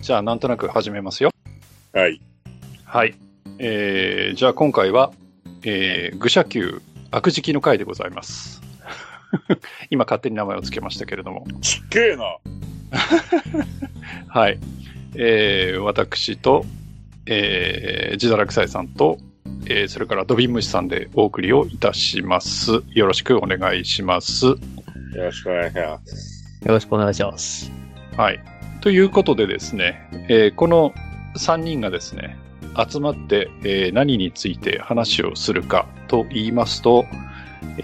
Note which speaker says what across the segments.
Speaker 1: じゃあ、なんとなく始めますよ。
Speaker 2: はい。
Speaker 1: はい。えー、じゃあ、今回は、えー、愚者級悪敷の回でございます。 今、勝手に名前をつけましたけれども。
Speaker 2: ちっけえな。
Speaker 1: はい。えー、私と、えー、自堕落斎さんと、えー、それからドビンムシさんでお送りをいたします。よろしくお願いします。
Speaker 2: よろしくお願いします。
Speaker 3: よろしくお願いします。
Speaker 1: はい。ということでですね、えーこの3人がですね、集まって、えー何について話をするかと言いますと、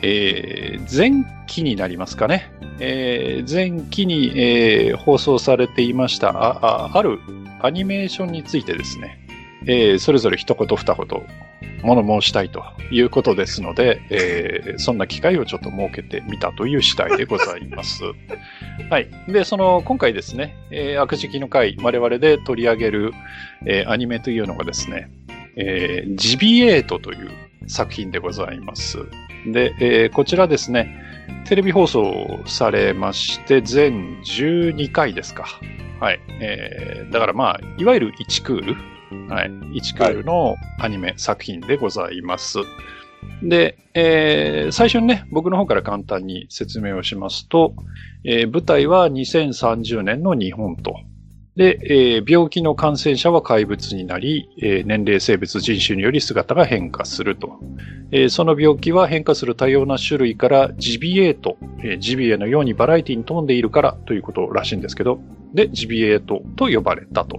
Speaker 1: えー前期になりますかね。えー前期に、えー放送されていましたああ、あるアニメーションについてですね、えーそれぞれ一言二言物申したいということですので、えーそんな機会をちょっと設けてみたという次第でございます。はい。で、その、今回ですね、えー悪事記の回、我々で取り上げる、えーアニメというのがですね、えージビエートという作品でございます。で、えーこちらですね、テレビ放送されまして、全12回ですか。はい。えーだからまあ、いわゆる1クール、はい、1クールのアニメ作品でございます。で、えー最初にね、僕の方から簡単に説明をしますと、えー舞台は2030年の日本と。で、えー病気の感染者は怪物になり、えー年齢、性別、人種により姿が変化すると。えーその病気は変化する多様な種類からジビエと、えージビエのようにバラエティに富んでいるからということらしいんですけど、で、ジビエとと呼ばれたと。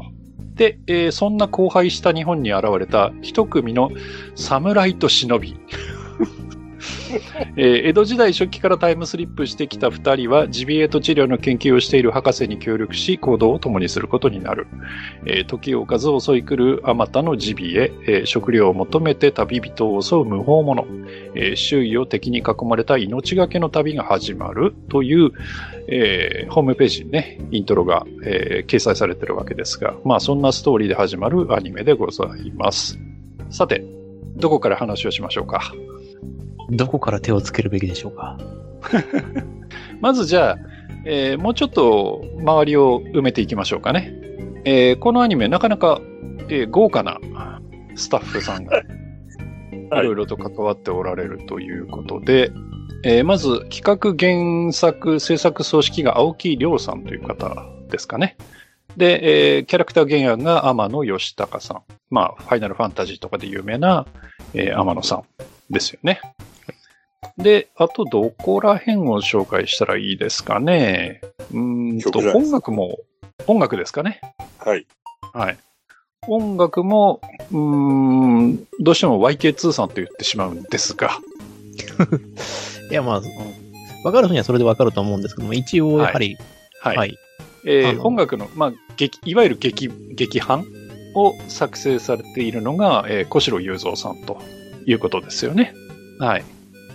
Speaker 1: で、えーそんな荒廃した日本に現れた一組の侍と忍び。 えー江戸時代初期からタイムスリップしてきた2人はジビエート治療の研究をしている博士に協力し行動を共にすることになる、えー時を置かず襲い来るあまたのジビエ、えー食料を求めて旅人を襲う無法者、えー周囲を敵に囲まれた命がけの旅が始まるという、えーホームページにねイントロが、えー掲載されてるわけですが、まあ、そんなストーリーで始まるアニメでございますさてどこから話をしましょうか
Speaker 3: どこから手をつけるべきでしょうか
Speaker 1: まずじゃあ、えーもうちょっと周りを埋めていきましょうかね。えーこのアニメ、なかなか、えー豪華なスタッフさんがいろいろと関わっておられるということで、えーまず企画原作制作総指揮が青木亮さんという方ですかね。で、えーキャラクター原案が天野義孝さん。まあ、ファイナルファンタジーとかで有名な、えー天野さんですよね。で、あとどこら辺を紹介したらいいですかね。うーんと、
Speaker 2: 曲じゃないです
Speaker 1: 音楽も、音楽ですかね。
Speaker 2: はい。
Speaker 1: はい。音楽も、うーん、どうしても YK2 さんと言ってしまうんですが、
Speaker 3: いや、まあ、わかる人にはそれでわかると思うんですけども、一応、やはり、
Speaker 1: は。
Speaker 3: はいい。
Speaker 1: えー
Speaker 3: あの
Speaker 1: 音楽の、まあ、劇、いわゆる劇、劇版を作成されているのが、えー小城雄三さんということですよね。はい。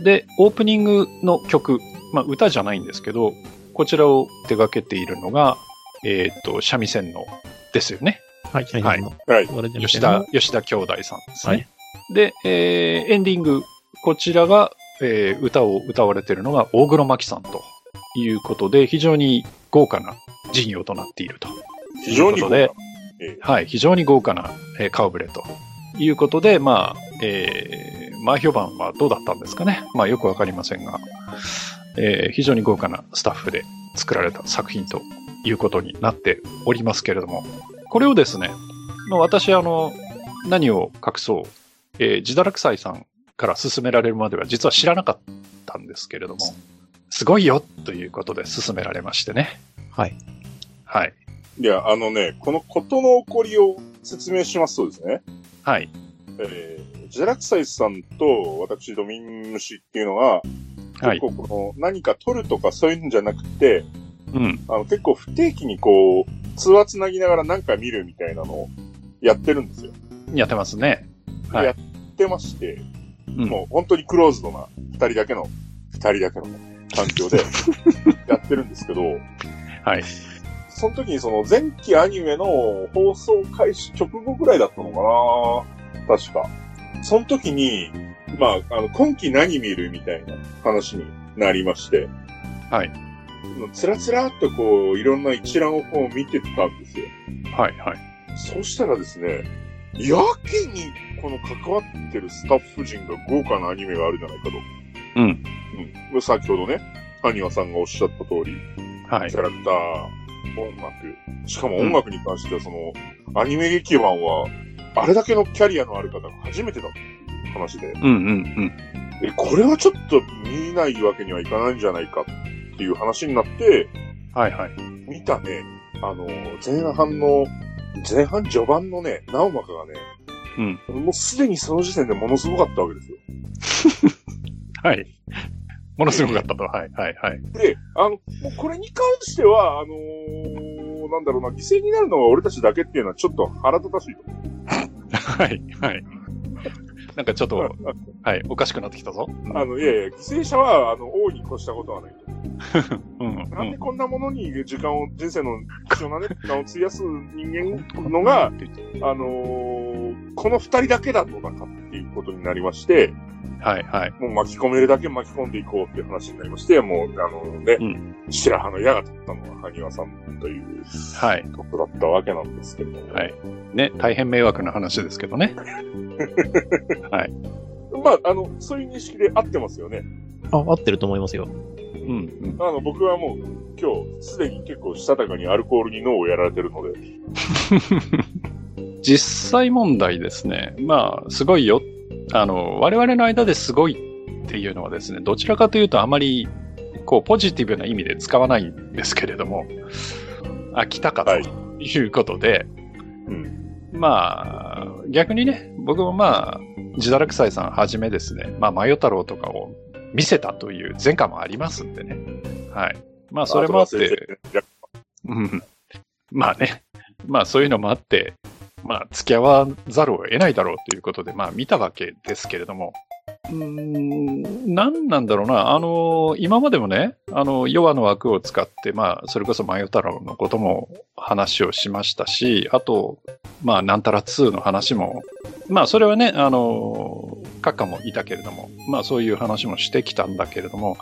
Speaker 1: で、オープニングの曲、まあ、歌じゃないんですけど、こちらを手掛けているのが、えっ、と、三味線のですよね。
Speaker 3: はい、シャイさんの。
Speaker 2: はい。
Speaker 3: 我々じゃなくて
Speaker 1: 吉田、吉田兄弟さんですね。
Speaker 3: はい
Speaker 1: で、えーエンディング、こちらが、えー歌を歌われているのが大黒摩季さんということで、非常に豪華な事業となっていると。
Speaker 2: 非常に
Speaker 1: ということ
Speaker 2: 豪華。
Speaker 1: で
Speaker 2: え
Speaker 1: はい、非常に豪華な、えー顔ぶれということで、まあ、えー、前評判はどうだったんですかね。まあ、よくわかりませんが、えー非常に豪華なスタッフで作られた作品ということになっておりますけれども、これをですね、まあ私、あの、何を隠そう、えー、自堕落斎さんから勧められるまでは実は知らなかったんですけれども、すごいよということで勧められましてね。
Speaker 3: はい。
Speaker 1: はい。
Speaker 2: いや、あのね、このことの起こりを説明しますとですね、
Speaker 1: はい。
Speaker 2: えー、ジェラクサイスさんと私、ドミンムシっていうのは、
Speaker 1: は
Speaker 2: 結
Speaker 1: い。
Speaker 2: 構この何か取るとかそういうんじゃなくて、
Speaker 1: うん。
Speaker 2: あの結構不定期にこう、通話つなぎながら何か見るみたいなのをやってるんですよ。
Speaker 1: やってますね。はい
Speaker 2: やってまして、
Speaker 1: うん
Speaker 2: もう本当にクローズドな二人だけの、二人だけの環 境でやってるんですけど、
Speaker 1: はい。
Speaker 2: その時にその前期アニメの放送開始直後ぐらいだったのかな確か。その時に、まあ、あの、今期何見るみたいな話になりまして。
Speaker 1: はい。
Speaker 2: つらつらっとこう、いろんな一覧をこう見てたんですよ。
Speaker 1: はいはい。
Speaker 2: そうしたらですね、やけにこの関わってるスタッフ陣が豪華なアニメがあるじゃないかと。
Speaker 1: うん。
Speaker 2: うん。先ほどね、アニワさんがおっしゃった通り、
Speaker 1: はい
Speaker 2: キ。ャラクター、音楽。しかも音楽に関しては、その、アニメ劇版は、あれだけのキャリアのある方が初めてだっていう話で、
Speaker 1: うんうん
Speaker 2: え、これはちょっと見ないわけにはいかないんじゃないかっていう話になって、
Speaker 1: うん。はいはい。
Speaker 2: 見たね、あの、前半の、前半序盤のね、ナオマカがね、もうすでにその時点でものすごかったわけですよ。
Speaker 1: はい。ものすごかったと。はいはいはい。
Speaker 2: で、あの、もうこれに関しては、あのーなんだろうな、犠牲になるのは俺たちだけっていうのはちょっと腹立たしいと。
Speaker 1: はいはい。なんかちょっと、はい、おかしくなってきたぞ。
Speaker 2: あの、いやいや、犠牲者は、あの、大いに越したことはないと。
Speaker 1: うんう
Speaker 2: なんで
Speaker 1: ん。
Speaker 2: こんなものに時間を、人生の貴重なね、時間を費やす人間のが、あのーこの二人だけだとなかっていうことになりまして、
Speaker 1: はいはい。
Speaker 2: もう巻き込めるだけ巻き込んでいこうっていう話になりまして、もう、あのね、
Speaker 1: う
Speaker 2: 白羽の矢が立ったのが埴輪さんという
Speaker 1: はい。
Speaker 2: とこだったわけなんですけども。
Speaker 1: はい。ね、大変迷惑な話ですけど ね。
Speaker 2: まあ、あの、そういう認識で合ってますよね。
Speaker 3: あ、合ってると思いますよ。
Speaker 1: うんうん。
Speaker 2: あの、僕はもう、今日、すでに結構したたかにアルコールに脳をやられてるので、
Speaker 1: 実際問題ですね、まあ、すごいよ、あの我々の間ですごいっていうのはですね、どちらかというと、あまりこうポジティブな意味で使わないんですけれども、あ来たかと
Speaker 2: はい
Speaker 1: いうことで、
Speaker 2: うん
Speaker 1: まあ、逆にね、僕もまあ、自堕落斎さんはじめですね、まあ、マヨ太郎とかを見せたという前科もありますんでね、はい。まあ、それもあって、
Speaker 2: いや
Speaker 1: うん。まあね。まあそういうのもあって、まあ付き合わざるを得ないだろうということで、まあ見たわけですけれども。うーん、何なんだろうな。あの、今までもね、あの、ヨアの枠を使って、まあそれこそマヨ太郎のことも話をしましたし、あと、まあなんたら2の話も、まあそれはね、あの、閣下もいたけれども、まあそういう話もしてきたんだけれども、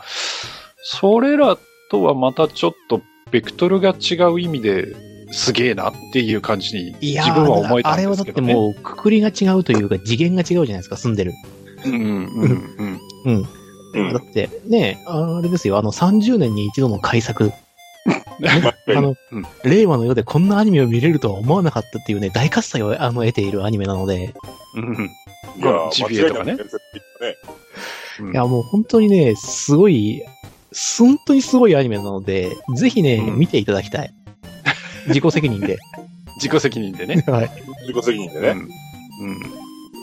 Speaker 1: それらとはまたちょっとベクトルが違う意味ですげえなっていう感じに
Speaker 3: いやー
Speaker 1: 自分は思えたんですけど、ね。
Speaker 3: あれはだってもう、くくりが違うというか、次元が違うじゃないですか、住んでる。
Speaker 1: うんうんうん
Speaker 3: うん。
Speaker 2: うん
Speaker 3: だって、ねえ、あれですよ、あの、30年に一度の 改作。あの、
Speaker 1: うん
Speaker 3: 令和の世でこんなアニメを見れるとは思わなかったっていうね、大喝采をあの得ているアニメなので、
Speaker 1: うん
Speaker 2: いや
Speaker 1: ジビエとかね
Speaker 2: 間違いなく伝説的なね
Speaker 1: うん。
Speaker 3: いや、もう本当にね、すごい、す本当にすごいアニメなので、ぜひね、
Speaker 1: うん
Speaker 3: 見ていただき たい。自己責任で。
Speaker 1: 自己責任でね。
Speaker 3: はい。
Speaker 2: 自己責任で
Speaker 1: う
Speaker 2: ね。
Speaker 1: んうん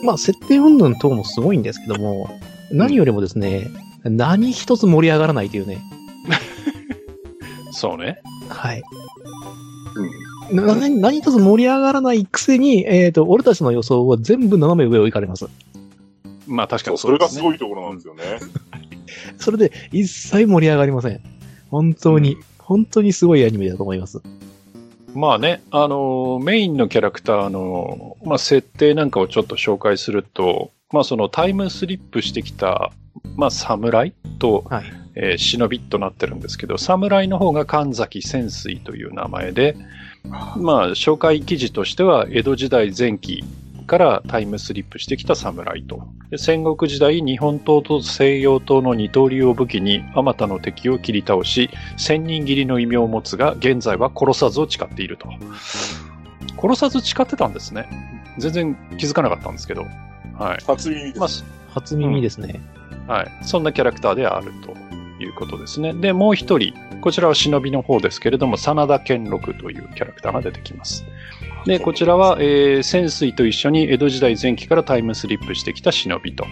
Speaker 3: まあ、設定云々等もすごいんですけども、何よりもですね、何一つ盛り上がらないというね、
Speaker 1: そうね。
Speaker 3: はい。
Speaker 2: うん
Speaker 3: な何何一つ盛り上がらないくせに、えっ、と、俺たちの予想は全部斜め上を行かれます。
Speaker 1: まあ確か
Speaker 2: そう
Speaker 1: にそ
Speaker 2: それ
Speaker 1: うで
Speaker 2: が
Speaker 1: す
Speaker 2: す
Speaker 1: ね。
Speaker 2: ごいところなんですよね。
Speaker 3: それで一切盛り上がりません。本当に、本当にすごいアニメだと思います。
Speaker 1: まあね、あの、メインのキャラクターの、まあ、設定なんかをちょっと紹介すると、まあそのタイムスリップしてきた、まあ侍と、
Speaker 3: はい
Speaker 1: えー忍びとなってるんですけど、侍の方が神崎潜水という名前で、まあ紹介記事としては江戸時代前期からタイムスリップしてきた侍と。で戦国時代日本刀と西洋刀の二刀流を武器に、あまたの敵を切り倒し、千人斬りの異名を持つが、現在は殺さずを誓っていると。殺さず誓ってたんですね。全然気づかなかったんですけど。はい。
Speaker 2: 初耳です。
Speaker 1: まあ、
Speaker 3: 初耳ですね。
Speaker 1: はい、そんなキャラクターであるということですね。で、もう一人、こちらは忍びの方ですけれども、真田健六というキャラクターが出てきます。で、こちらは、えー潜水と一緒に江戸時代前期からタイムスリップしてきた忍びと、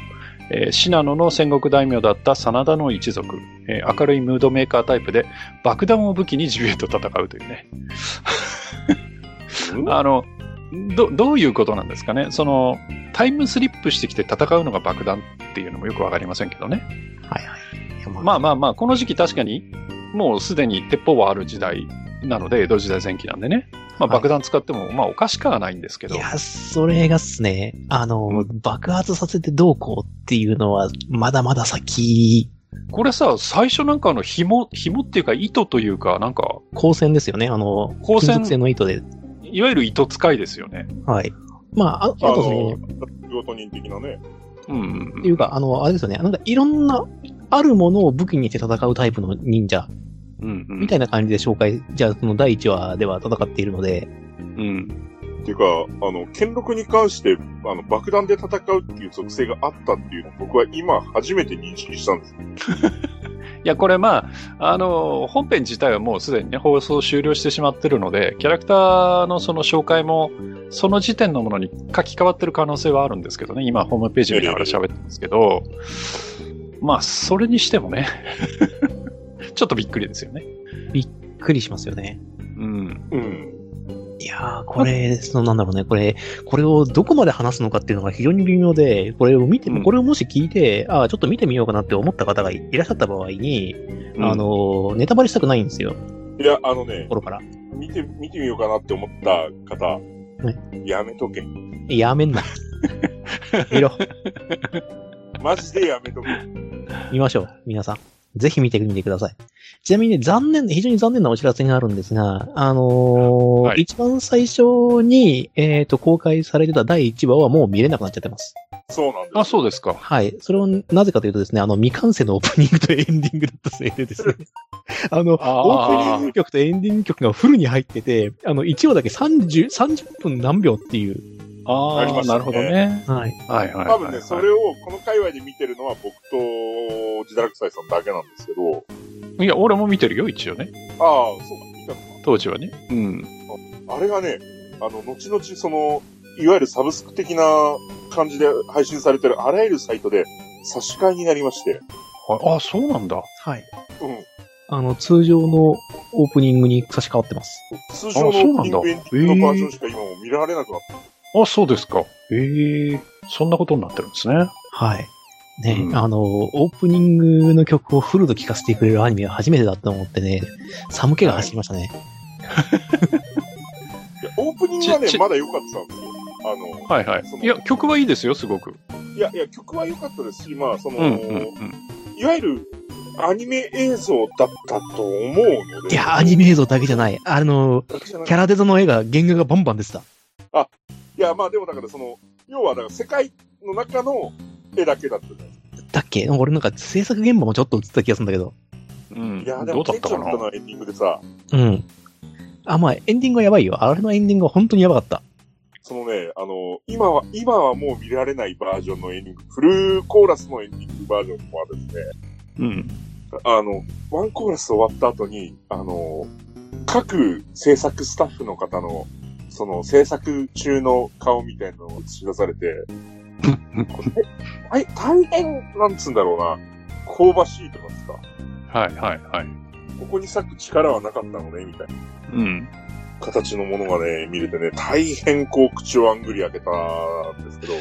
Speaker 1: えー信濃の戦国大名だった真田の一族、えー明るいムードメーカータイプで、爆弾を武器にジビエと戦うというね。
Speaker 2: うん
Speaker 1: あのどどういうことなんですかねそのタイムスリップしてきて戦うのが爆弾っていうのもよくわかりませんけどね。
Speaker 3: はいはいいや。
Speaker 1: まあまあまあ、この時期確かに、もうすでに鉄砲はある時代なので、江戸時代前期なんでね。まあ
Speaker 3: はい
Speaker 1: 爆弾使っても、まあおかしくはないんですけど
Speaker 3: い。や、それがっすね、あの、爆発させてどうこうっていうのは、まだまだ先
Speaker 1: これさ、最初なんかあの、紐、紐っていうか糸というか、なんか、
Speaker 3: 光線ですよね。あの、
Speaker 1: 光線
Speaker 3: 金属製の糸で。
Speaker 1: いわゆる糸使いですよね。
Speaker 3: はい。まあ、ああ
Speaker 2: あの
Speaker 3: とその、、
Speaker 2: 仕事人的なね。
Speaker 1: うんうん
Speaker 3: いうか、あの、あれですよね。なんかいろんな、あるものを武器にして戦うタイプの忍者
Speaker 1: うん。うんうん
Speaker 3: みたいな感じで紹介、じゃあその第1話では戦っているので、
Speaker 1: うん。
Speaker 2: っていうか、あの、剣六に関して、あの、爆弾で戦うっていう属性があったっていうのを僕は今初めて認識したんです。
Speaker 1: いや、これまあ、あの、本編自体はもうすでにね、放送終了してしまってるので、キャラクターのその紹介も、その時点のものに書き換わってる可能性はあるんですけどね、今ホームページ見ながら喋ってますけど、まあ、それにしてもね、 ちょっとびっくりですよね。
Speaker 3: びっくりしますよね。
Speaker 1: うん。
Speaker 2: うん。
Speaker 3: いやー、これ、そのなんだろうね、これ、これをどこまで話すのかっていうのが非常に微妙で、これを見て
Speaker 1: うん
Speaker 3: も、これをもし聞いて、ああ、ちょっと見てみようかなって思った方がいいらっしゃった場合に、あのー、ネタバレしたくないんですよ、
Speaker 2: いや、あのね、
Speaker 3: 心から。
Speaker 2: 見て、見てみようかなって思った方、やめとけ。
Speaker 3: やめ んな。見ろ、
Speaker 2: マジでやめとけ。
Speaker 3: 見ましょう、皆さん。ぜひ見てみてください。ちなみにね、残念、非常に残念なお知らせがあるんですが、あのー
Speaker 1: はい
Speaker 3: 一番最初に、えっ、と、公開されてた第1話はもう見れなくなっちゃってます。
Speaker 2: そうなんです。
Speaker 1: あ、そうですか。
Speaker 3: はい。それをなぜかというとですね、あの、未完成のオープニングとエンディングだったせいでですね、 あの、オープニング曲とエンディング曲がフルに入ってて、あの、1話だけ30、30分何秒っていう。
Speaker 1: あ
Speaker 2: ありま
Speaker 1: あ、
Speaker 2: した
Speaker 1: なる
Speaker 2: ね
Speaker 1: ほどね。
Speaker 3: はい。
Speaker 1: はいはいはい、はい。
Speaker 2: 多分ね、それをこの界隈で見てるのは僕と自堕落斎さんだけなんですけど、
Speaker 1: いや、俺も見てるよ、一応ね。
Speaker 2: ああ、そうか、見たの
Speaker 1: 当時はね。うん。
Speaker 2: か。あれがね、あの、後々その、いわゆるサブスク的な感じで配信されてるあらゆるサイトで差し替えになりまして、
Speaker 1: あ、あそうなんだ。
Speaker 3: はい。
Speaker 2: うん。
Speaker 3: あの、通常のオープニングに差し替わってます。
Speaker 2: 通常のオープニングエンディングのバージョンしか今もう見られなくなった。
Speaker 1: あ、そうですか。ええそんなことになってるんですね。
Speaker 3: はい。ね、
Speaker 1: うん
Speaker 3: あの、オープニングの曲をフルで聴かせてくれるアニメは初めてだと思ってね、寒気が走りましたね。
Speaker 2: いやオープニングはね
Speaker 1: ち、ち
Speaker 2: まだ良かったんですよ。あの、
Speaker 1: はいはい
Speaker 2: そ。の
Speaker 1: いや、曲はいいですよ、すごく。
Speaker 2: いやいや、曲は良かったですし、まあ、その、
Speaker 1: うんうんうん。
Speaker 2: いわゆるアニメ映像だったと思うので。
Speaker 3: いや、アニメ映像だけじゃない。あの、
Speaker 2: 私じゃない
Speaker 3: キャラデザの絵が、原画がバンバン出てた。
Speaker 2: いや、まあでもだからその、要はだから世界の中の絵だけだったじゃないですか。
Speaker 3: だっけ俺なんか制作現場もちょっと映った気がするんだけど。
Speaker 1: うん、
Speaker 2: いや、で
Speaker 1: ど
Speaker 2: も
Speaker 1: うだ
Speaker 2: テ
Speaker 1: っ
Speaker 2: ンシ
Speaker 1: た
Speaker 2: ョ
Speaker 1: か
Speaker 2: ン
Speaker 1: な
Speaker 2: のエンディングでさ、
Speaker 3: うん。あ、まあ、エンディングはやばいよ。あれのエンディングは本当にやばかった。
Speaker 2: そのね、あの、今は、今はもう見られないバージョンのエンディング、フルコーラスのエンディングバージョンはですね、
Speaker 1: うん。
Speaker 2: あの、ワンコーラス終わった後に、あの、各制作スタッフの方の、その制作中の顔みたいなのを映し出されて、はい、大変、なんつうんだろうな、香ばしいとかさ、
Speaker 1: はいはいはい。
Speaker 2: ここに咲く力はなかったのね、みたいな。
Speaker 1: うん。
Speaker 2: 形のものがね、見れてね、大変こう口をあんぐり開けたんですけど、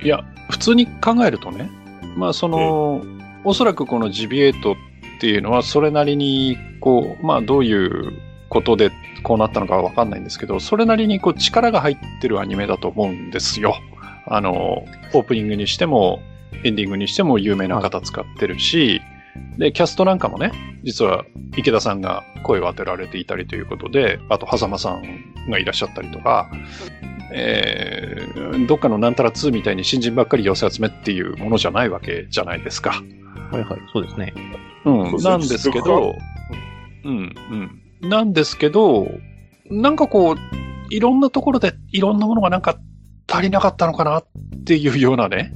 Speaker 1: いや、普通に考えるとね、まあその、おそらくこのジビエートっていうのは、それなりに、こう、まあどういうことでこうなったのかはわかんないんですけど、それなりにこう力が入ってるアニメだと思うんですよ。あの、オープニングにしても、エンディングにしても有名な方使ってるし、で、キャストなんかもね、実は池田さんが声を当てられていたりということで、あと、狭間さんがいらっしゃったりとか、えーどっかのなんたら2みたいに新人ばっかり寄せ集めっていうものじゃないわけじゃないですか。
Speaker 3: はいはい、そうですね。
Speaker 1: う
Speaker 2: そ
Speaker 1: ん、
Speaker 2: う
Speaker 1: なんですけど、うん、うん。なんですけど、なんかこう、いろんなところでいろんなものがなんか足りなかったのかなっていうようなね。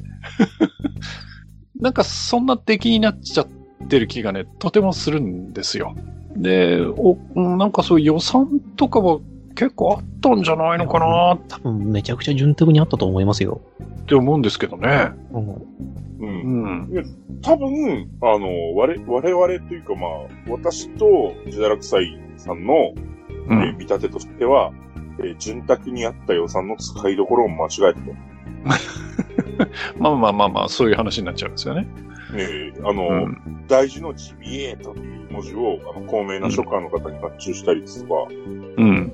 Speaker 1: なんかそんな出来になっちゃってる気がね、とてもするんですよ。で、おなんかそういう予算とかは結構あったんじゃないのかなっ
Speaker 3: 多分、めちゃくちゃ潤沢にあったと思いますよ。
Speaker 1: て思うんですけどね。
Speaker 3: うん。
Speaker 2: う。
Speaker 1: うんん。
Speaker 2: 多分、あの、我々我々というかまあ、私と自堕落斎さんの、
Speaker 1: う
Speaker 2: えー
Speaker 1: ん、
Speaker 2: 見立てとしては、えー潤沢にあった予算の使いどころを間違えてた。
Speaker 1: まあまあまあまあ、そういう話になっちゃうんですよね。
Speaker 2: ねえあの、
Speaker 1: うん
Speaker 2: 大事のジビエという文字を、あの、高名な書家の方に発注したりですとか、
Speaker 1: うん。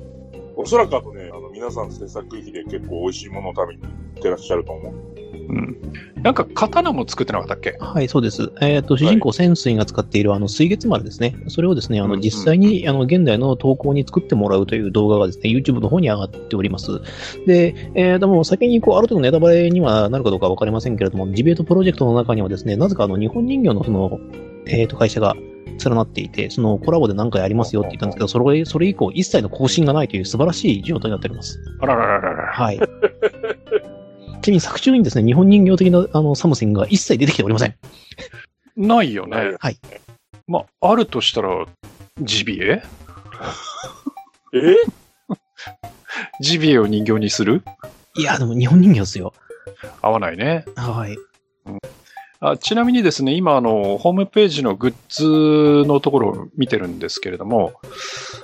Speaker 2: おそらくあとね、あの、皆さん制作費で結構美味しいものを食べに行ってらっしゃると思うん
Speaker 1: うん。なんか刀も作ってなかったっけ
Speaker 3: はい、そうです。えっ、と、主人公潜水が使っている、あの、水月丸ですね。それをですね、あ
Speaker 1: うんう
Speaker 3: の、
Speaker 1: ん
Speaker 3: 実際に、あの、現代の投稿に作ってもらうという動画がですね、YouTube の方に上がっております。で、えっ、と、もう先に、こう、ある程度ネタバレにはなるかどうかわかりませんけれども、ジベートプロジェクトの中にはですね、なぜかあの、日本人形のその、えっ、と、会社が、連なっていて、そのコラボで何回ありますよって言ったんですけど、それ、それ以降一切の更新がないという素晴らしい状態になっております。
Speaker 1: あらららららら。
Speaker 3: はい。ちなみに作中にですね、日本人形的なあのサムシングが一切出てきておりません。
Speaker 1: ないよ
Speaker 2: ない
Speaker 1: ね
Speaker 2: よ。
Speaker 3: はい。
Speaker 1: まあ、あるとしたら、ジビエ
Speaker 2: え
Speaker 1: ジビエを人形にする
Speaker 3: いや、でも日本人形ですよ。
Speaker 1: 合わないね。
Speaker 3: はい。
Speaker 1: あちなみにですね、今あの、ホームページのグッズのところを見てるんですけれども、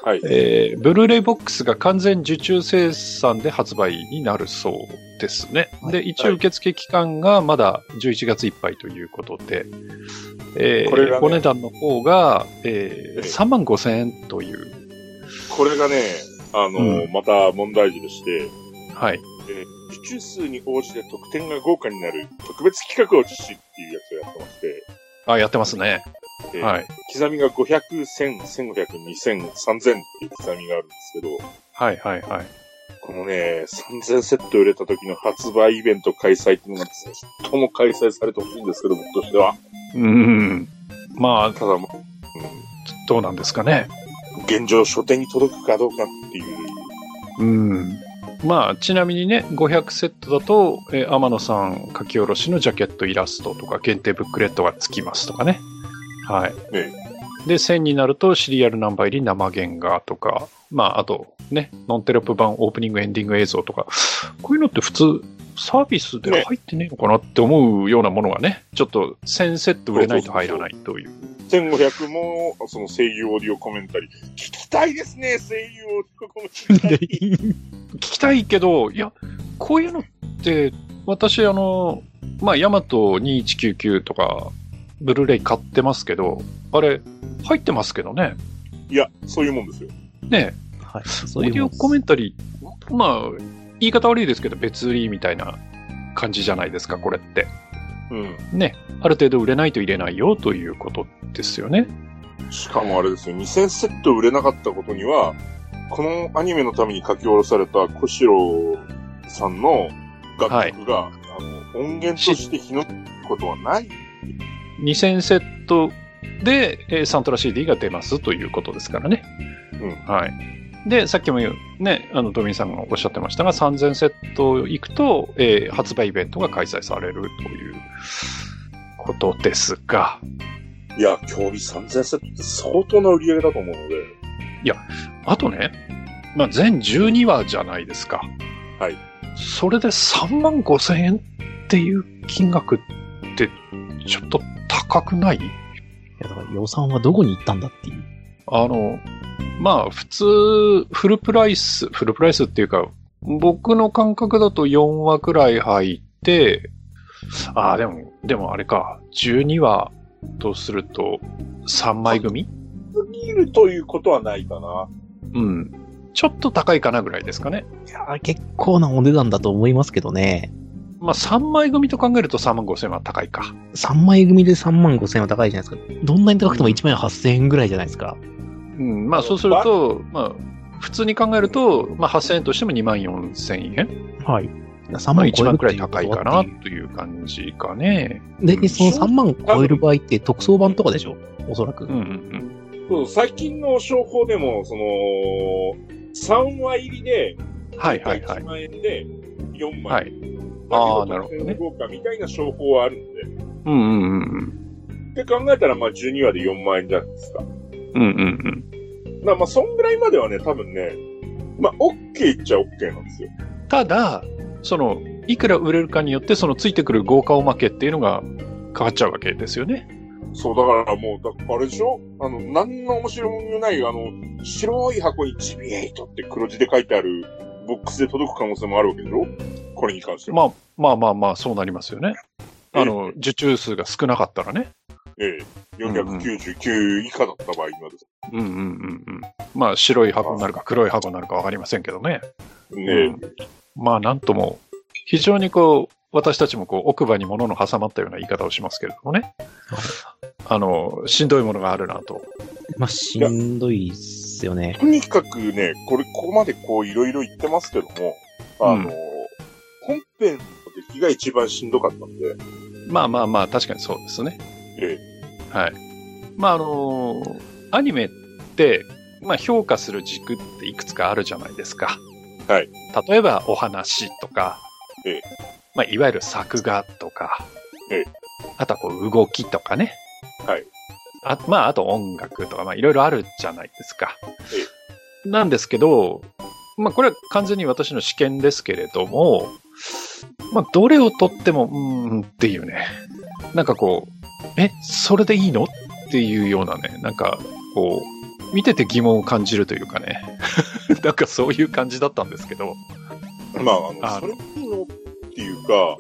Speaker 2: はい。
Speaker 1: えーブルーレイボックスが完全受注生産で発売になるそうですね。
Speaker 3: はい
Speaker 1: で、一応受付期間がまだ11月いっぱいということで、えー
Speaker 2: これがね
Speaker 1: お値段の方が、え
Speaker 2: ええ
Speaker 1: 3万5千円という、
Speaker 2: これがね、あの、また問題児でして、
Speaker 1: はい。
Speaker 2: 受注数に応じて特典が豪華になる特別企画を実施っていうやつをやってまして、
Speaker 1: あ、やってますね。
Speaker 2: えー
Speaker 1: はい。
Speaker 2: 刻みが500、1000、1500、2000、3000っていう刻みがあるんですけど、
Speaker 1: はいはいはい。
Speaker 2: このね、3000セット売れた時の発売イベント開催っていうのがですね、きっとも開催されてほしいんですけど、僕としては。
Speaker 1: うん。まあ、
Speaker 2: ただ、ま
Speaker 1: どうなんですかね。
Speaker 2: うん現状書店に届くかどうかっていう、
Speaker 1: うん。まあ、ちなみにね、500セットだと、えー天野さん書き下ろしのジャケットイラストとか、限定ブックレットがつきますとかね。はい。
Speaker 2: え
Speaker 1: で、1000になると、シリアルナンバー入り生原画とか、まあ、あと、ね、ノンテロップ版オープニングエンディング映像とか、こういうのって普通、サービスで入ってねえのかなって思うようなものがね、ちょっと1000セット売れないと入らないという。
Speaker 2: 1500も、その声優オーディオコメンタリー。聞きたいですね、声優オーディオコメン タリー。
Speaker 1: 聞きたいけど、いや、こういうのって、私、あの、まあ、ヤマト2199とか、ブルーレイ買ってますけど、あれ、入ってますけどね。
Speaker 2: いや、そういうもんですよ。
Speaker 1: ね
Speaker 3: はい。
Speaker 1: オ
Speaker 3: そ
Speaker 1: ーディオコメ
Speaker 3: ン
Speaker 1: ンタリー、まあ、言い方悪いですけど、別売りみたいな感じじゃないですか、これって。
Speaker 2: うん。
Speaker 1: ね。ある程度売れないと入れないよということですよね。
Speaker 2: しかもあれですよ、2000セット売れなかったことには、このアニメのために書き下ろされた小四郎さんの楽曲が、あの音源として日のことはない。
Speaker 1: 2000セットで、えーサントラ CD が出ますということですからね。
Speaker 2: うん
Speaker 1: はい。で、さっきも言う、ね、あの、ドミンさんがおっしゃってましたが、3000セット行くと、えー発売イベントが開催されるということですが、
Speaker 2: いや、競技3000セットって相当な売り上げだと思うので、
Speaker 1: あとね、まあ、全12話じゃないですか。
Speaker 2: はい。
Speaker 1: それで3万5千円っていう金額って、ちょっと高くない
Speaker 3: だから予算はどこに行ったんだっていう。
Speaker 1: あの、まあ、普通、フルプライス、フルプライスっていうか、僕の感覚だと4話くらい入って、ああ、でも、でもあれか、12話とすると3枚組
Speaker 2: すぎるということはないかな。
Speaker 1: うん。ちょっと高いかなぐらいですかね。
Speaker 3: いやー結構なお値段だと思いますけどね。
Speaker 1: まあ、3枚組と考えると3万5千は高いか。
Speaker 3: 3枚組で3万5千円は高いじゃないですか。どんなに高くても1万8千円ぐらいじゃないですか。
Speaker 1: うん。まあ、そうすると、まあ、普通に考えると、まあ、8千円としても2万4千円。
Speaker 3: はい。3
Speaker 1: まあ、
Speaker 3: 万
Speaker 1: 1
Speaker 3: 超え
Speaker 1: 万
Speaker 3: る
Speaker 1: くらい高いかな
Speaker 3: ってう
Speaker 1: という感じかね。
Speaker 3: で、その3万超える場合って特装版とかでしょおそらく。
Speaker 1: うんうんうん。
Speaker 2: そう最近の商法でも、その、3話入りで、
Speaker 1: はいはいはい
Speaker 2: 1。万円で4枚。
Speaker 1: はい。あーなるほどね
Speaker 2: 豪華みたいな商法はあるので、
Speaker 1: うんうんうん
Speaker 2: って考えたら、まあ、12話で4万円じゃないですか。だか
Speaker 1: うん。うんうん
Speaker 2: らまあ、そんぐらいまではね、多分ね、まあ、OK っちゃ OK なんですよ。
Speaker 1: うん。ただ、その、いくら売れるかによって、そのついてくる豪華おまけっていうのが変わっちゃうわけですよね。
Speaker 2: そう、だからもう、だあれでしょあの、何の面白みもない、あの、白い箱にジビエイトって黒字で書いてあるボックスで届く可能性もあるわけでしょこれに関しては。
Speaker 1: まあまあまあまあ、そうなりますよね。あの、受注数が少なかったらね。
Speaker 2: ええ、499以下だった場合まで
Speaker 1: うんうんうんうん。まあ、白い箱になるか黒い箱になるかわかりませんけどね。
Speaker 2: す。ね
Speaker 1: うんまあ、なんとも、非常にこう、私たちもこう奥歯に物の挟まったような言い方をしますけれどもね。あの、しんどいものがあるなと。
Speaker 3: まあ、しんどいっすよね。
Speaker 2: とにかくね、これ、ここまでこういろいろ言ってますけども、あの、
Speaker 1: うん
Speaker 2: 本編の出来が一番しんどかったんで、
Speaker 1: まあまあまあ、確かにそうですね。
Speaker 2: え
Speaker 1: はい。まああのアニメって、まあ評価する軸っていくつかあるじゃないですか。
Speaker 2: はい。
Speaker 1: 例えばお話とか、
Speaker 2: ええ
Speaker 1: まあいわゆる作画とか、
Speaker 2: ええ
Speaker 1: あとはこう動きとかね。
Speaker 2: はい。
Speaker 1: あまああと音楽とか、まあいろいろあるじゃないですか。
Speaker 2: え
Speaker 1: なんですけど、まあこれは完全に私の試験ですけれども、まあどれをとっても、うーんっていうね。なんかこう、え、それでいいのっていうようなね、なんか、こう、見てて疑問を感じるというかね、 なんかそういう感じだったんですけど、
Speaker 2: まあ、あの、
Speaker 1: あの
Speaker 2: それいいのっていうか、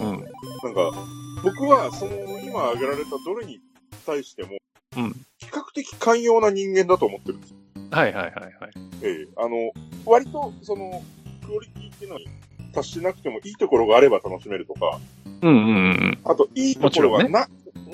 Speaker 1: うん、
Speaker 2: なんか、僕は、その、今挙げられたどれに対しても、
Speaker 1: うん、
Speaker 2: 比較的寛容な人間だと思ってるんですよ。
Speaker 1: はいはいはいはい。
Speaker 2: ええあの、割と、その、クオリティっていうのに達しなくてもいいところがあれば楽しめるとか、
Speaker 1: うんうんうん
Speaker 2: あと、いいところ
Speaker 1: も
Speaker 2: が
Speaker 1: ち
Speaker 2: な、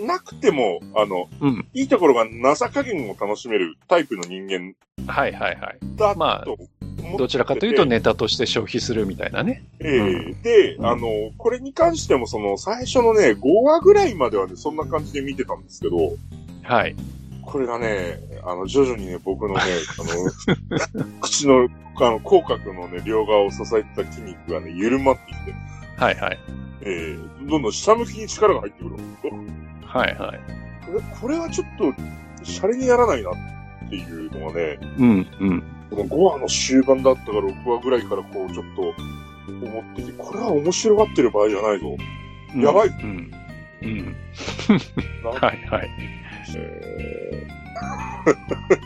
Speaker 2: なくても、あの、
Speaker 1: うん、
Speaker 2: いいところがなさ加減を楽しめるタイプの人間
Speaker 1: うん、はいはいはい。
Speaker 2: だ
Speaker 1: まあ
Speaker 2: と思ってて
Speaker 1: どちらかというと、ネタとして消費するみたいなね。
Speaker 2: ええで、あの、これに関しても、その、最初のね、5話ぐらいまではね、そんな感じで見てたんですけど、
Speaker 1: はい。
Speaker 2: これがね、あの、徐々にね、僕のね、あの、 口の、あの、口角のね、両側を支えてた筋肉がね、緩まってきて、
Speaker 1: はいはい。
Speaker 2: ええどんどん下向きに力が入ってくるんですよ。
Speaker 1: はいはい。
Speaker 2: これ、これはちょっと、シャレにならないなっていうのがね、
Speaker 1: うんうん。
Speaker 2: この5話の終盤だったか6話ぐらいからこう、ちょっと、思ってきて、これは面白がってる場合じゃないぞ。やばい
Speaker 1: うん。うん。
Speaker 2: な
Speaker 1: はいはい。
Speaker 2: えー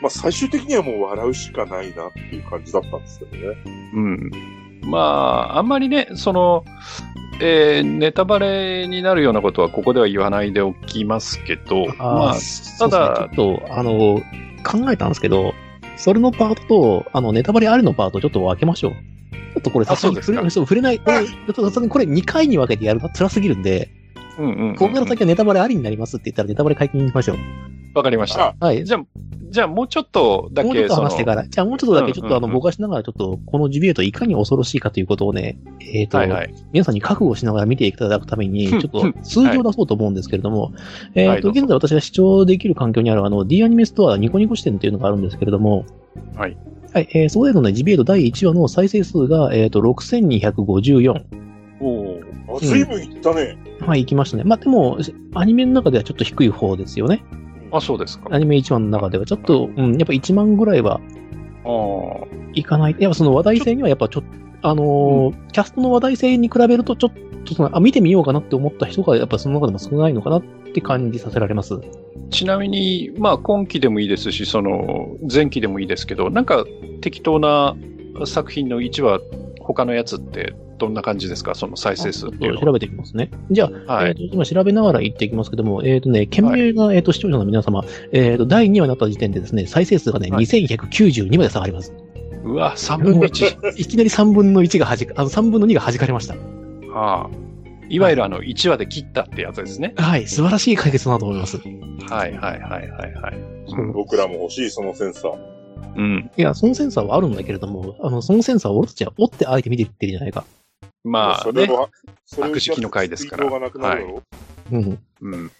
Speaker 2: まあ最終的にはもう笑うしかないなっていう感じだったんですけどね。
Speaker 1: うん。まあ、あんまりね、その、えーネタバレになるようなことはここでは言わないでおきますけど、まあ、
Speaker 3: た
Speaker 1: ただ
Speaker 3: だ、ちょっと、あの、考えたんですけど、それのパートと、あの、ネタバレありのパートをちょっと分けましょう。ちょっとこれ、
Speaker 1: あ
Speaker 3: さすがに
Speaker 1: そうですか
Speaker 3: 触れそう触れない、これちょっとさすがにこれ2回に分けてやるのは辛すぎるんで、
Speaker 1: うんうんうんうん
Speaker 3: ここから先はネタバレありになりますって言ったらネタバレ解禁にしましょう。
Speaker 1: わかりました。
Speaker 3: はい。
Speaker 1: じゃあ、じゃあもうちょっとだ
Speaker 3: もうちょ
Speaker 1: け、
Speaker 3: っと
Speaker 1: その
Speaker 3: 話してから、じゃあもうちょっとだけちょっとあ
Speaker 1: うんうんうん
Speaker 3: の、ぼかしながらちょっと、このジュビエートいかに恐ろしいかということをね、えっと、
Speaker 1: はいはい。
Speaker 3: 皆さんに覚悟しながら見ていただくために、ち
Speaker 1: うん
Speaker 3: ょっと数字を出そうと思うんですけれども、え
Speaker 1: は
Speaker 3: っ
Speaker 1: い
Speaker 3: と、
Speaker 1: どうぞ
Speaker 3: 現在私が視聴できる環境にあるあの、D アニメストアニコニコ視点というのがあるんですけれども、
Speaker 1: はい。
Speaker 3: はい、えーそこでのね、ジビエート第1話の再生数が、えっと、6254。
Speaker 1: おー
Speaker 2: あ、随分いったね。
Speaker 3: はい、行きましたね。まあ、でも、アニメの中ではちょっと低い方ですよね。
Speaker 1: あ、そうですか。
Speaker 3: アニメ1話の中では。ちょっと、うん、やっぱ1万ぐらいは
Speaker 1: あー
Speaker 3: いかない。やっぱその話題性にはやっぱちょっと、あのーキャストの話題性に比べると、ちょっとその、あ、見てみようかなって思った人が、やっぱその中でも少ないのかなって感じさせられます。
Speaker 1: ちなみに、まあ今期でもいいですし、その前期でもいいですけど、なんか適当な作品の1話、他のやつってどんな感じですかその再生数っていうの
Speaker 3: 調べてみますね。じゃあ、
Speaker 1: は。は
Speaker 3: えー
Speaker 1: い。
Speaker 3: と今調べながら言っていきますけども、えっ、とね、懸命な、えー、と視聴者の皆様、えっ、と、第2話になった時点でですね、再生数がね、
Speaker 1: はい
Speaker 3: 2192まで下が ります。
Speaker 1: うわ、3分の1。
Speaker 3: いきなり3分の1がはじか、あの、3分の2が弾かれました。
Speaker 1: はあ。いわゆるあの1話で切ったってやつですね。
Speaker 3: はい、素晴らしい解決だなと思います。い
Speaker 1: はいはいはいはいはい。うん
Speaker 2: 僕らも欲しい、そのセンサー。
Speaker 1: うん。
Speaker 3: や、そのセンサーはあるんだけれども、あの、そのセンサーを俺たちは追ってあえて見ていってるじゃないか。
Speaker 1: まあ、
Speaker 2: それ
Speaker 1: ね。
Speaker 2: は、そ
Speaker 1: 悪しきの回ですから
Speaker 2: 水道がなくなるだろ
Speaker 3: うん。
Speaker 1: うん。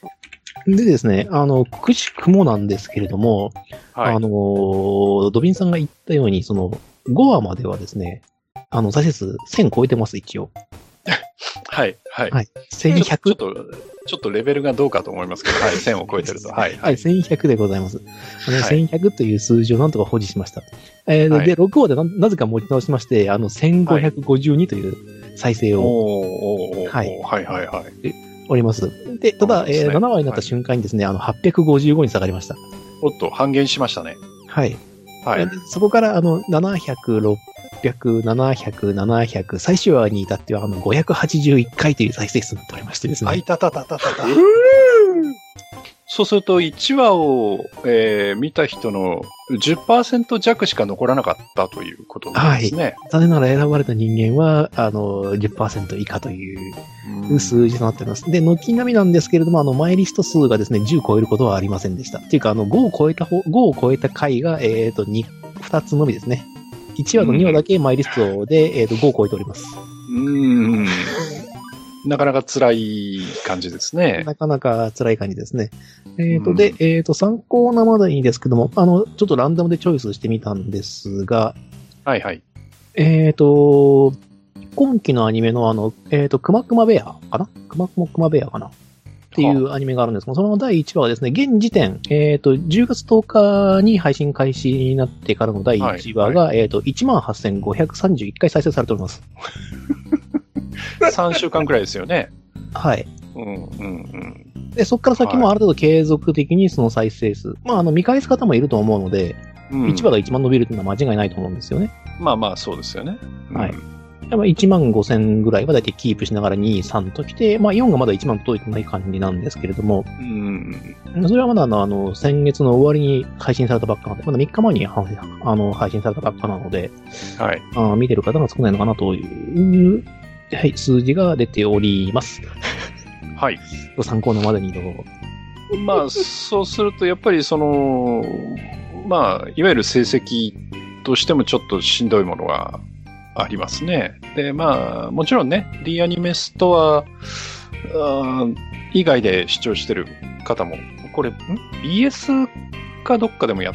Speaker 3: でですね、あの、くしくもなんですけれども、
Speaker 1: はい
Speaker 3: あ。のー、ドビンさんが言ったように、その、5話まではですね、あの、再生数1000超えてます、一応。
Speaker 1: はいはい。
Speaker 3: はい。
Speaker 1: ちょっと
Speaker 3: 1100。
Speaker 1: ちょっと、ちょっとレベルがどうかと思いますけど、はい、1000を超え てると。はい。
Speaker 3: はい、1100でございます。あの、
Speaker 1: はい
Speaker 3: 1100という数字をなんとか保持しました。えー
Speaker 1: はい
Speaker 3: で、6話でななぜか持ち直しまして、あの、1552という再生
Speaker 1: おーおー
Speaker 3: を
Speaker 1: おーおー
Speaker 3: は
Speaker 1: はいいはいはい。
Speaker 3: おります。で、た
Speaker 1: そ
Speaker 3: だ、
Speaker 1: うです
Speaker 3: え
Speaker 1: ね
Speaker 3: ー7話になった瞬間にですね、あの、855に下がりました。
Speaker 1: おっと、半減しましたね。
Speaker 3: はい。
Speaker 1: はい。
Speaker 3: でそこから、あの、700、600、700、700、最終話に至っては、あの、581回という再生数になっておりましてですね。
Speaker 1: あいたたたたたた。
Speaker 2: う。
Speaker 1: そうすると1話を、えー見た人の10%弱しか残らなかったということなんですね。
Speaker 3: 残念ながら選ばれた人間は、あの、10%以下という
Speaker 1: うん
Speaker 3: 数字となっております。で、軒並みなんですけれども、あの、マイリスト数がですね、10超えることはありませんでした。っていうか、あの、5を超えた方、5を超えた回が、えっ、と、2、2つのみですね。1話と2話だけマイリストで、えっ、と、5を超えております。
Speaker 1: うん。なかなか辛い感じですね。
Speaker 3: なかなか辛い感じですね。えっ、と、
Speaker 1: うん
Speaker 3: で、えっ、と、参考なまでにですけども、あの、ちょっとランダムでチョイスしてみたんですが、
Speaker 1: はいはい。
Speaker 3: えっ、と、今期のアニメのあの、えっ、と、くまくまベアかなくまくまくまベアかなっていうアニメがあるんですが、その第1話はですね、現時点、えっ、と、10月10日に配信開始になってからの第1話が、えっ、と、18,531回再生されております。
Speaker 1: 3週間くらいですよね。
Speaker 3: はい。
Speaker 1: うんうん
Speaker 3: で、そこから先もある程度継続的にその再生数。まあ、あの、見返す方もいると思うので、
Speaker 1: うん。うん
Speaker 3: 1話が一番伸びるっていうのは間違いないと思うんですよね。
Speaker 1: まあまあそうですよね。うん
Speaker 3: はい。やっぱ1万5千ぐらいはだいたいキープしながら2、3ときて、まあ4がまだ1万届いてない感じなんですけれども、
Speaker 1: うん。
Speaker 3: それはまだあの、あの先月の終わりに配信されたばっかなので、まだ3日前にはあの配信されたばっかなので、
Speaker 1: はい。
Speaker 3: あー見てる方が少ないのかなという、はい、数字が出ております。
Speaker 1: はい。
Speaker 3: ご参考のまでにどうぞ。
Speaker 1: まあ、そうすると、やっぱりその、まあ、いわゆる成績としてもちょっとしんどいものがありますね。で、まあ、もちろんね、D アニメストアあー以外で視聴してる方も、これ、ん ?BS かどっかでもやっ、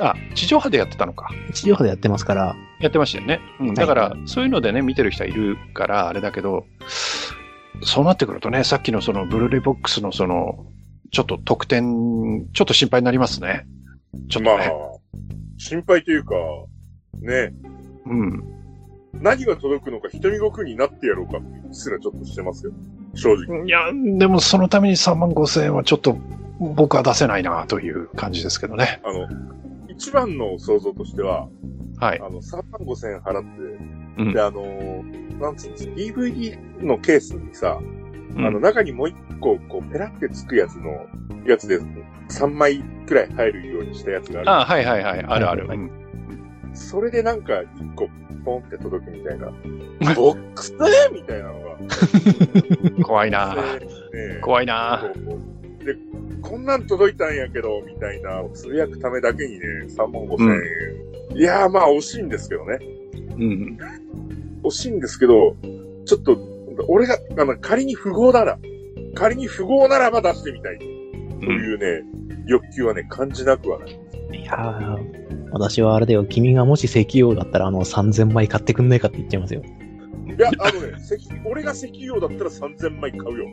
Speaker 1: あ、地上波でやってたのか。
Speaker 3: 地上波でやってますから、
Speaker 1: やってましたよね。うん、だから、そういうのでね、見てる人はいるから、あれだけど、そうなってくるとね、さっきのその、ブルーレイボックスのその、ちょっと得点、ちょっと心配になりますね。ちょっ
Speaker 2: ま
Speaker 1: と
Speaker 2: あ
Speaker 1: ね。、
Speaker 2: 心配というか、ね、
Speaker 1: うん。
Speaker 2: 何が届くのか瞳ごくになってやろうかっていうすらちょっとしてますよ。正直。
Speaker 1: いや、でもそのために3万5千円はちょっと、僕は出せないな、という感じですけどね。
Speaker 2: あの、一番の想像としては、
Speaker 1: はい。
Speaker 2: あの、3万5千円払って、
Speaker 1: うん
Speaker 2: で、あの、なんつうんです DVD のケースにさ、あ
Speaker 1: う
Speaker 2: の、
Speaker 1: ん
Speaker 2: 中にもう一個、こう、ペラってつくやつの、やつで、3枚くらい入るようにしたやつがある。
Speaker 1: あはいはいはい。あるある。
Speaker 3: はい
Speaker 1: うん
Speaker 2: それでなんか、一個、ポンって届くみたいな。ボックスみたいなのが。
Speaker 1: 怖い な。
Speaker 2: ねえ
Speaker 1: 怖いな。
Speaker 2: で、こんなん届いたんやけど、みたいな、つぶやくためだけにね、3万5千円。いやー、まあ、惜しいんですけどね。
Speaker 1: うん。
Speaker 2: 惜しいんですけど、ちょっと、俺が、あの、仮に不合なら、仮に不合ならば出してみたい。と
Speaker 1: うん
Speaker 2: いうね、欲求はね、感じなくはない。
Speaker 3: いやー私はあれだよ、君がもし石油王だったら、あの、3000枚買ってくんないかって言っちゃいますよ。
Speaker 2: いや、あのね、石俺が石油王だったら3000枚買 うよ。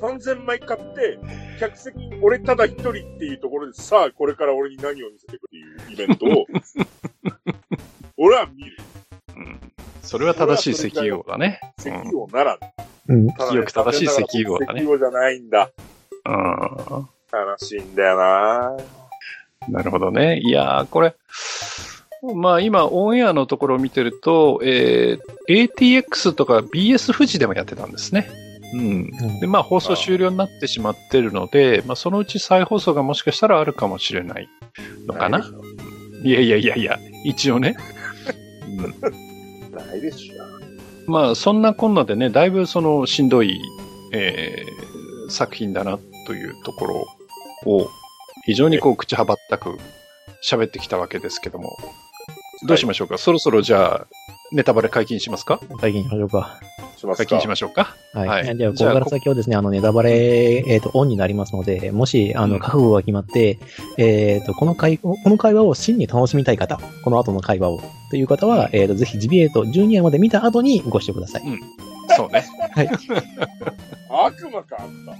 Speaker 2: 3000枚買って、客席に俺ただ一人っていうところで、さあ、これから俺に何を見せてくっていうイベント を、俺は見る。
Speaker 1: うんそれは正しい石油王だね。
Speaker 2: 石油王なら、
Speaker 3: うん。
Speaker 2: ただね
Speaker 1: よく正しい石油王だね
Speaker 2: 残念ながら僕石油王じゃないんだ。
Speaker 1: うん。
Speaker 2: 悲しいんだよな
Speaker 1: なるほどね。いやー、これ、まあ今、オンエアのところを見てると、えー ATX とか BS 富士でもやってたんですね。うん。で、まあ放送終了になってしまってるので、まあそのうち再放送がもしかしたらあるかもしれないのかな。いやいやいやいや、一応 ね。うん
Speaker 2: ないでしょ。
Speaker 1: まあそんなこんなでね、だいぶそのしんどい、えー作品だなというところを、非常にこう口はばったく喋ってきたわけですけども、どうしましょうか、そろそろじゃあ、ネタバレ解禁しますか
Speaker 3: 最近しましょうか。
Speaker 2: はいしますか
Speaker 1: 解禁しましょうか。
Speaker 3: はい。
Speaker 1: はい
Speaker 3: じゃあ、こ
Speaker 1: じ
Speaker 3: こ
Speaker 1: ゃあ
Speaker 3: から先はですね、あの、ネタバレ、えっ、と、オンになりますので、もし、あ
Speaker 1: う
Speaker 3: の、
Speaker 1: ん
Speaker 3: 覚悟が決まって、えっ、と、この会、この会話を真に楽しみたい方、この後の会話を、という方は、えっ、と、ぜひ、ジビエート12話まで見た後にご視聴ください。
Speaker 1: そうね。
Speaker 2: 悪魔か、あんた。